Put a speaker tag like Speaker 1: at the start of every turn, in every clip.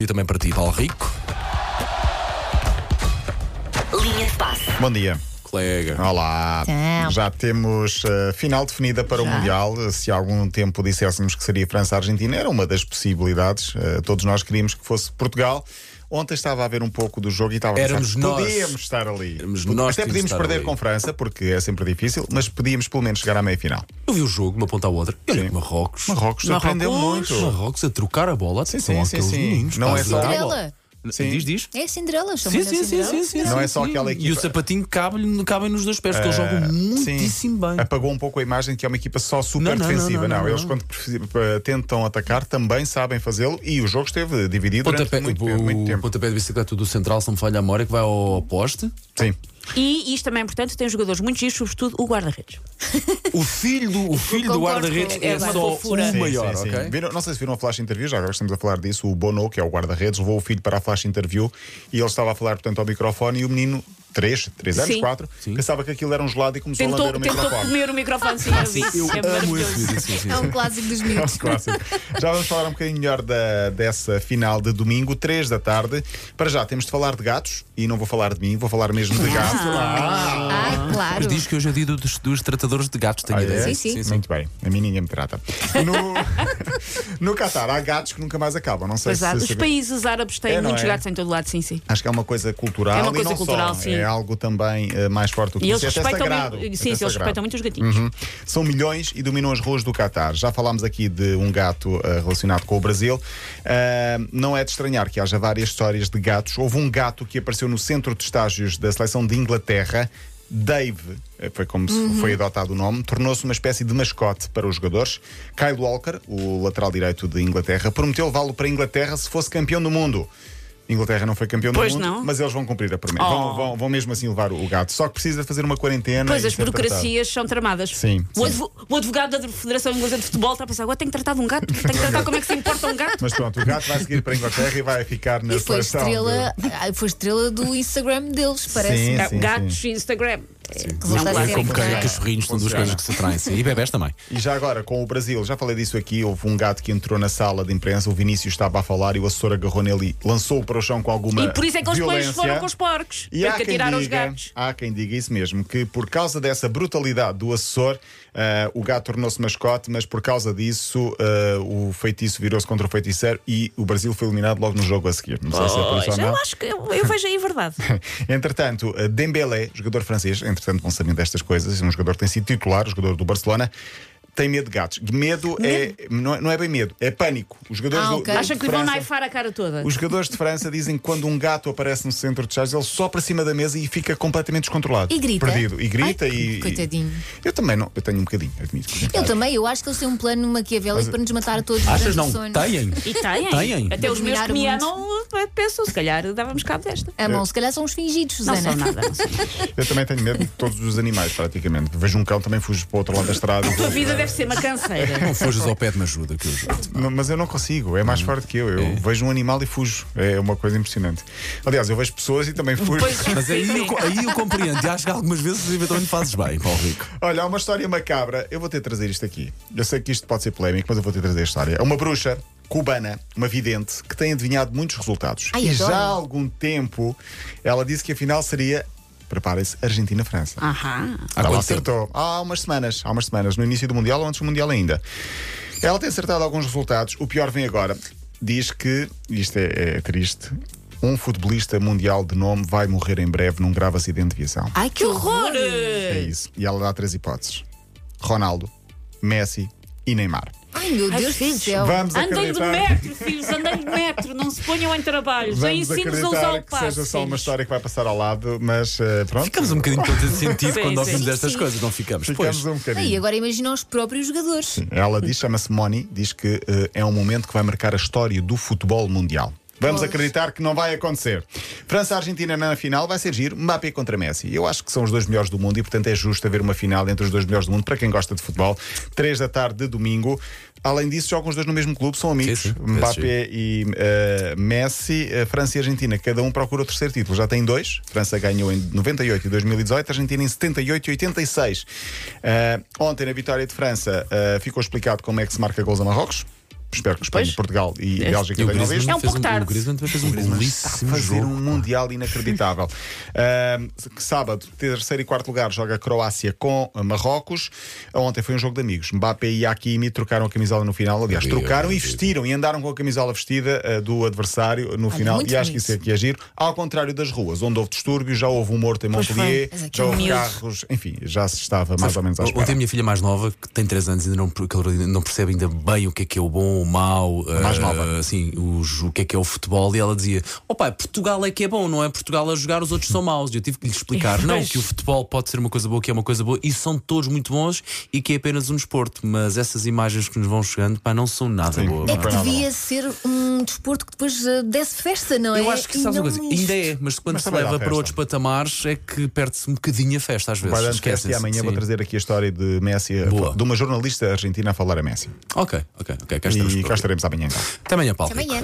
Speaker 1: E também para ti, Paulo Rico,
Speaker 2: Linha de passe.
Speaker 3: Bom dia.
Speaker 1: colega.
Speaker 3: Olá.
Speaker 4: Então.
Speaker 3: Já temos a final definida para o
Speaker 4: Já?
Speaker 3: Mundial. Se há algum tempo dissessemos que seria França-Argentina, era uma das possibilidades. Eh, Todos nós queríamos que fosse Portugal. Ontem estava a ver um pouco do jogo e estava a pensar,
Speaker 1: Éramos nós.
Speaker 3: podíamos estar ali.
Speaker 1: Éramos nós que tínhamos de
Speaker 3: Até podíamos
Speaker 1: estar
Speaker 3: perder
Speaker 1: ali.
Speaker 3: com França, porque é sempre difícil, mas podíamos pelo menos chegar à meia-final.
Speaker 1: Eu vi o jogo, de uma ponta à outra. E olha
Speaker 3: Sim.
Speaker 1: que Marrocos.
Speaker 3: Marrocos surpreendeu muito.
Speaker 1: Marrocos a trocar a bola. Sim,
Speaker 3: sim, sim,
Speaker 1: aqueles
Speaker 3: sim.
Speaker 1: meninos.
Speaker 3: Não
Speaker 1: pá,
Speaker 3: é só-
Speaker 1: a jogar a
Speaker 4: Cinderela.
Speaker 1: bola.
Speaker 3: Sim.
Speaker 1: Diz, diz.
Speaker 4: É Cinderela,
Speaker 1: Sim,
Speaker 4: chamam
Speaker 1: Ah, sim, sim, sim, sim,
Speaker 3: Não
Speaker 1: sim,
Speaker 3: é só
Speaker 1: sim.
Speaker 3: aquela
Speaker 1: E
Speaker 3: equipa- É,
Speaker 1: o sapatinho cabe, cabe nos dois pés, porque eles jogam
Speaker 3: Eh, Sim.
Speaker 1: muitíssimo bem.
Speaker 3: Apagou um pouco a imagem que é uma equipa só super
Speaker 1: Não, não,
Speaker 3: defensiva.
Speaker 1: não, não, não,
Speaker 3: eles
Speaker 1: não.
Speaker 3: quando prefi- eh, tentam atacar também sabem fazê-lo e o jogo esteve dividido
Speaker 1: Pontapé,
Speaker 3: durante muito,
Speaker 1: o,
Speaker 3: muito
Speaker 1: o
Speaker 3: tempo.
Speaker 1: pontapé de bicicleta do Central, se não me falha a memória, que vai ao poste.
Speaker 3: Sim.
Speaker 2: E isto também é importante, tem jogadores muito giros, sobretudo o guarda-redes.
Speaker 1: O filho do, o filho do
Speaker 4: concordo
Speaker 1: guarda-redes
Speaker 4: com-
Speaker 1: é,
Speaker 4: é uma
Speaker 1: só
Speaker 2: fofura.
Speaker 1: o
Speaker 2: Sim,
Speaker 1: maior,
Speaker 3: sim, sim.
Speaker 1: ok?
Speaker 3: Viram- não sei se viram a flash interview, já agora estamos a falar disso. O Bono, que é o guarda-redes, levou o filho para a flash interview e ele estava a falar, portanto, ao microfone e o menino, 3, 3 anos,
Speaker 2: Sim.
Speaker 3: 4,
Speaker 1: Sim.
Speaker 3: pensava que aquilo era um gelado e começou a
Speaker 2: Tentou,
Speaker 3: lamber o
Speaker 2: tentou
Speaker 3: microfone. Ah,
Speaker 2: comer o microfone sim, eu vi.
Speaker 1: Eu
Speaker 2: É
Speaker 1: amo esse
Speaker 2: maravilhoso.
Speaker 1: vídeo. Sim, sim,
Speaker 4: É um
Speaker 1: sim.
Speaker 4: clássico dos
Speaker 3: É um
Speaker 4: miúdos.
Speaker 3: clássico. Já vamos falar um bocadinho melhor da, dessa final de domingo, 3 da tarde. Para já, temos de falar de gatos e não vou falar de mim, vou falar mesmo
Speaker 2: Ah.
Speaker 3: de gatos.
Speaker 4: Ai, Ah, claro.
Speaker 1: Ah. Mas diz que hoje é dia dos, dos tratadores de gatos, tenho
Speaker 3: Ah,
Speaker 1: ideia.
Speaker 3: é?
Speaker 4: Sim, sim.
Speaker 3: Muito bem, a mim ninguém me trata. No, no Qatar há gatos que nunca mais acabam, não sei
Speaker 2: Pois há,
Speaker 3: se.
Speaker 2: Os
Speaker 3: se-
Speaker 2: países árabes têm
Speaker 3: É, não
Speaker 2: muitos
Speaker 3: é?
Speaker 2: gatos em todo lado, sim, sim.
Speaker 3: Acho que é uma coisa cultural
Speaker 2: É uma
Speaker 3: e
Speaker 2: coisa
Speaker 3: não
Speaker 2: cultural,
Speaker 3: só.
Speaker 2: sim.
Speaker 3: É algo também eh, mais forte do que
Speaker 2: E eles
Speaker 3: isso. Até
Speaker 2: respeitam
Speaker 3: sagrado. é
Speaker 2: muito.
Speaker 3: Até
Speaker 2: Sim, sim, eles
Speaker 3: sagrado.
Speaker 2: respeitam muito os gatinhos.
Speaker 3: Uhum. São milhões e dominam as ruas do Qatar. Já falámos aqui de um gato eh, relacionado com o Brasil. Ah, não é de estranhar que haja várias histórias de gatos. Houve um gato que apareceu no centro de estágios da seleção de Inglaterra. Dave, eh, foi como se
Speaker 2: Uhum.
Speaker 3: foi adotado o nome, tornou-se uma espécie de mascote para os jogadores. Kyle Walker, o lateral direito de Inglaterra, prometeu levá-lo para a Inglaterra se fosse campeão do mundo. Inglaterra não foi campeão
Speaker 2: Pois
Speaker 3: do mundo,
Speaker 2: não.
Speaker 3: mas eles vão cumprir a promessa.
Speaker 2: Oh.
Speaker 3: Vão, vão- vão mesmo assim levar o gato. Só que precisa de fazer uma quarentena.
Speaker 2: Pois
Speaker 3: e é
Speaker 2: as
Speaker 3: ser tratado.
Speaker 2: burocracias são tramadas.
Speaker 3: Sim,
Speaker 2: O, advo- o advogado da Federação Inglesa de Futebol está a pensar, agora tenho que tratar de um gato, tenho que tratar como é que se importa um gato.
Speaker 3: Mas pronto, o gato vai seguir para a Inglaterra e vai ficar na
Speaker 4: E foi
Speaker 3: seleção.
Speaker 4: estrela, ah, foi estrela do Instagram deles, parece.
Speaker 3: Sim,
Speaker 2: É, Gatos, Instagram.
Speaker 4: Que vão
Speaker 2: Não,
Speaker 4: estar
Speaker 2: claro.
Speaker 1: É como
Speaker 4: sempre,
Speaker 1: quem
Speaker 4: não
Speaker 1: e
Speaker 4: é?
Speaker 1: cachorrinhos são duas coisas que se atraem. sim. E bebés também.
Speaker 3: de- E já agora, com o Brasil, já falei disso aqui, houve um gato que entrou na sala de imprensa, o Vinícius estava a falar e o assessor agarrou nele e lançou-o para o chão com alguma
Speaker 2: E por isso é que os
Speaker 3: violência.
Speaker 2: players foram com os porcos.
Speaker 3: E há
Speaker 2: Porque
Speaker 3: quem,
Speaker 2: atiraram os
Speaker 3: diga,
Speaker 2: gatos.
Speaker 3: há quem diga isso mesmo, que por causa dessa brutalidade do assessor, ah, o gato tornou-se mascote, mas por causa disso ah, o feitiço virou-se contra o feiticeiro e o Brasil foi eliminado logo no jogo a seguir. Não sei se é por isso ou
Speaker 2: Pois, eu
Speaker 3: não.
Speaker 2: acho que eu, eu vejo aí a verdade.
Speaker 3: Entretanto, eh, Dembélé, jogador francês, entretanto vão sabendo destas coisas, é um jogador que tem sido titular, um jogador do Barcelona, tem medo de gatos. Medo é não, é não é bem medo, é pânico. Os jogadores
Speaker 4: Ah,
Speaker 3: do-
Speaker 4: ok.
Speaker 3: do-
Speaker 4: Acha
Speaker 3: de
Speaker 2: Acham que lhe vão
Speaker 3: França-
Speaker 2: naifar a cara toda.
Speaker 3: os jogadores de França dizem que quando um gato aparece no centro de estágio, ele só para cima da mesa e fica completamente descontrolado.
Speaker 4: E grita?
Speaker 3: Perdido. E grita
Speaker 4: Ai,
Speaker 3: e.
Speaker 4: coitadinho.
Speaker 3: e- Eu também não. Eu tenho um bocadinho, admito.
Speaker 4: Eu também, eu acho que eles têm um plano maquiavélico para nos matar a todos.
Speaker 1: Achas
Speaker 4: durante o
Speaker 1: não?
Speaker 4: sono.
Speaker 1: Têm?
Speaker 2: E têm.
Speaker 1: Têm.
Speaker 2: Até os meus que me
Speaker 4: Dominaram
Speaker 2: amam eh, pensam, se calhar dávamos cabo desta.
Speaker 1: É.
Speaker 4: Amam, Ah, se calhar são uns fingidos,
Speaker 2: Não são
Speaker 4: Susana.
Speaker 2: nada. não são nada.
Speaker 3: Eu também tenho medo de todos os animais, praticamente. Vejo um cão, também fujo para o outro lado da estrada.
Speaker 2: A tua vida deve ser uma canseira.
Speaker 1: Não fujas ao pé de me ajuda, que eu ajudo.
Speaker 3: Não, mas eu não consigo, é mais forte que eu. Eu vejo um animal e fujo. É uma coisa impressionante. Aliás, eu vejo pessoas e também fujo.
Speaker 2: Pois,
Speaker 1: Mas aí
Speaker 2: sim,
Speaker 1: eu,
Speaker 2: sim.
Speaker 1: aí eu compreendo. E acho que algumas vezes eventualmente fazes bem, Paulo Rico.
Speaker 3: Olha, há uma história macabra. Eu vou ter de trazer isto aqui. Eu sei que isto pode ser polémico, mas eu vou ter de trazer a história. É uma bruxa cubana, uma vidente, que tem adivinhado muitos resultados.
Speaker 4: Ai,
Speaker 3: e
Speaker 4: adoro.
Speaker 3: já há algum tempo ela disse que a final seria. Preparem-se, Argentina-França.
Speaker 2: Aham.
Speaker 1: Há quanto
Speaker 3: ela
Speaker 1: tempo?
Speaker 3: acertou há umas semanas, há umas semanas, no início do Mundial ou antes do Mundial ainda. Ela tem acertado alguns resultados. O pior vem agora. Diz que, isto é, é triste, um futebolista mundial de nome vai morrer em breve num grave acidente de viação.
Speaker 4: Ai, que horror!
Speaker 3: É isso. E ela dá três hipóteses: Ronaldo, Messi e Neymar.
Speaker 4: Ai, meu
Speaker 2: Ai,
Speaker 4: Deus do
Speaker 2: filhos.
Speaker 4: céu.
Speaker 3: Vamos
Speaker 2: Então, Andem de
Speaker 3: acreditar.
Speaker 2: metro, filhos, andem de metro, não se ponham em trabalhos, em
Speaker 3: Vamos
Speaker 2: ensinos a usar
Speaker 3: acreditar
Speaker 2: o
Speaker 3: que seja só uma
Speaker 2: passo.
Speaker 3: história que vai passar ao lado, mas eh, pronto.
Speaker 1: Ficamos um bocadinho todos a sentido
Speaker 2: Sim,
Speaker 1: quando
Speaker 2: sim.
Speaker 1: ouvimos estas
Speaker 4: Sim.
Speaker 1: coisas, não ficamos?
Speaker 3: Ficamos
Speaker 1: pois.
Speaker 3: um
Speaker 2: É
Speaker 3: bocadinho.
Speaker 4: Ai, agora imagina os próprios jogadores.
Speaker 3: Ela diz, chama-se Moni, diz que eh, é um momento que vai marcar a história do futebol mundial. Vamos
Speaker 4: Pois.
Speaker 3: acreditar que não vai acontecer. França-Argentina na final vai ser giro, Mbappé contra Messi. Eu acho que são os dois melhores do mundo e, portanto, é justo haver uma final entre os dois melhores do mundo para quem gosta de futebol. Três da tarde de domingo. Além disso, jogam os dois no mesmo clube, são amigos.
Speaker 1: Sim, sim,
Speaker 3: Mbappé e eh, Messi, Eh, França e Argentina, cada um procura o terceiro título. Já tem dois. França ganhou em 98 e 2018, Argentina em 78 e 86. Eh, ontem, na vitória de França, eh, ficou explicado como é que se marca gols a Marrocos. Espero que Espanha,
Speaker 2: Pois.
Speaker 3: Portugal e
Speaker 2: É.
Speaker 3: Bélgica
Speaker 1: E o
Speaker 3: tenham
Speaker 1: Griezmann
Speaker 3: vez.
Speaker 2: É um
Speaker 1: fez
Speaker 2: pouco tarde.
Speaker 1: O Griezmann também fez um
Speaker 3: Griezmann assim. está a
Speaker 1: belíssimo
Speaker 3: fazer
Speaker 1: jogo.
Speaker 3: um Mundial inacreditável. Ahm, que sábado, terceiro e quarto lugar, joga Croácia com Marrocos. Ontem foi um jogo de amigos. Mbappé e Hakimi trocaram a camisola no final. Aliás,
Speaker 1: Eu vi, eu
Speaker 3: trocaram e
Speaker 1: vi.
Speaker 3: vestiram e andaram com a camisola vestida ah, do adversário no final.
Speaker 4: muito
Speaker 3: E acho que
Speaker 4: bonito.
Speaker 3: isso é que é giro. Ao contrário das ruas, onde houve distúrbios, já houve um morto em
Speaker 2: Pois
Speaker 3: Montpellier,
Speaker 4: foi. Mas aqui
Speaker 3: já
Speaker 4: é
Speaker 3: houve
Speaker 2: miúdo.
Speaker 3: carros, enfim, já se estava mais ou menos à
Speaker 1: Ontem a
Speaker 3: espera.
Speaker 1: minha filha mais nova, que tem 3 anos, ainda não, que ela não percebe ainda bem o que é que é o bom, o mau,
Speaker 3: mais
Speaker 1: eh,
Speaker 3: nova.
Speaker 1: assim, os- o que é que é o futebol, e ela dizia: Ó pai, Portugal é que é bom, não é Portugal a jogar, os outros são maus. E eu tive que lhe explicar: não,
Speaker 2: Pois.
Speaker 1: que o futebol pode ser uma coisa boa, que é uma coisa boa, e são todos muito bons e que é apenas um desporto. Mas essas imagens que nos vão chegando, pá, não são nada
Speaker 3: Sim.
Speaker 1: boa.
Speaker 3: É
Speaker 4: É
Speaker 1: pá.
Speaker 4: que devia ser um desporto que depois eh, desse festa, não é?
Speaker 1: Eu acho que
Speaker 4: E
Speaker 1: sabes uma
Speaker 4: não
Speaker 1: coisa,
Speaker 4: isto.
Speaker 1: ainda é, mas quando
Speaker 3: Mas
Speaker 1: se
Speaker 3: também dá
Speaker 1: leva para
Speaker 3: festa.
Speaker 1: outros patamares é que perde-se um bocadinho a festa às vezes.
Speaker 3: Vai dando festa e
Speaker 1: Esquecem-se.
Speaker 3: é amanhã
Speaker 1: Sim.
Speaker 3: vou trazer aqui a história de Messi,
Speaker 1: Boa.
Speaker 3: de uma jornalista argentina a falar a Messi.
Speaker 1: Ok, ok, ok. Cá estamos.
Speaker 3: E cá estaremos amanhã então.
Speaker 1: Até amanhã, Paulo.
Speaker 4: Amanhã.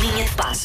Speaker 5: Linha de passe.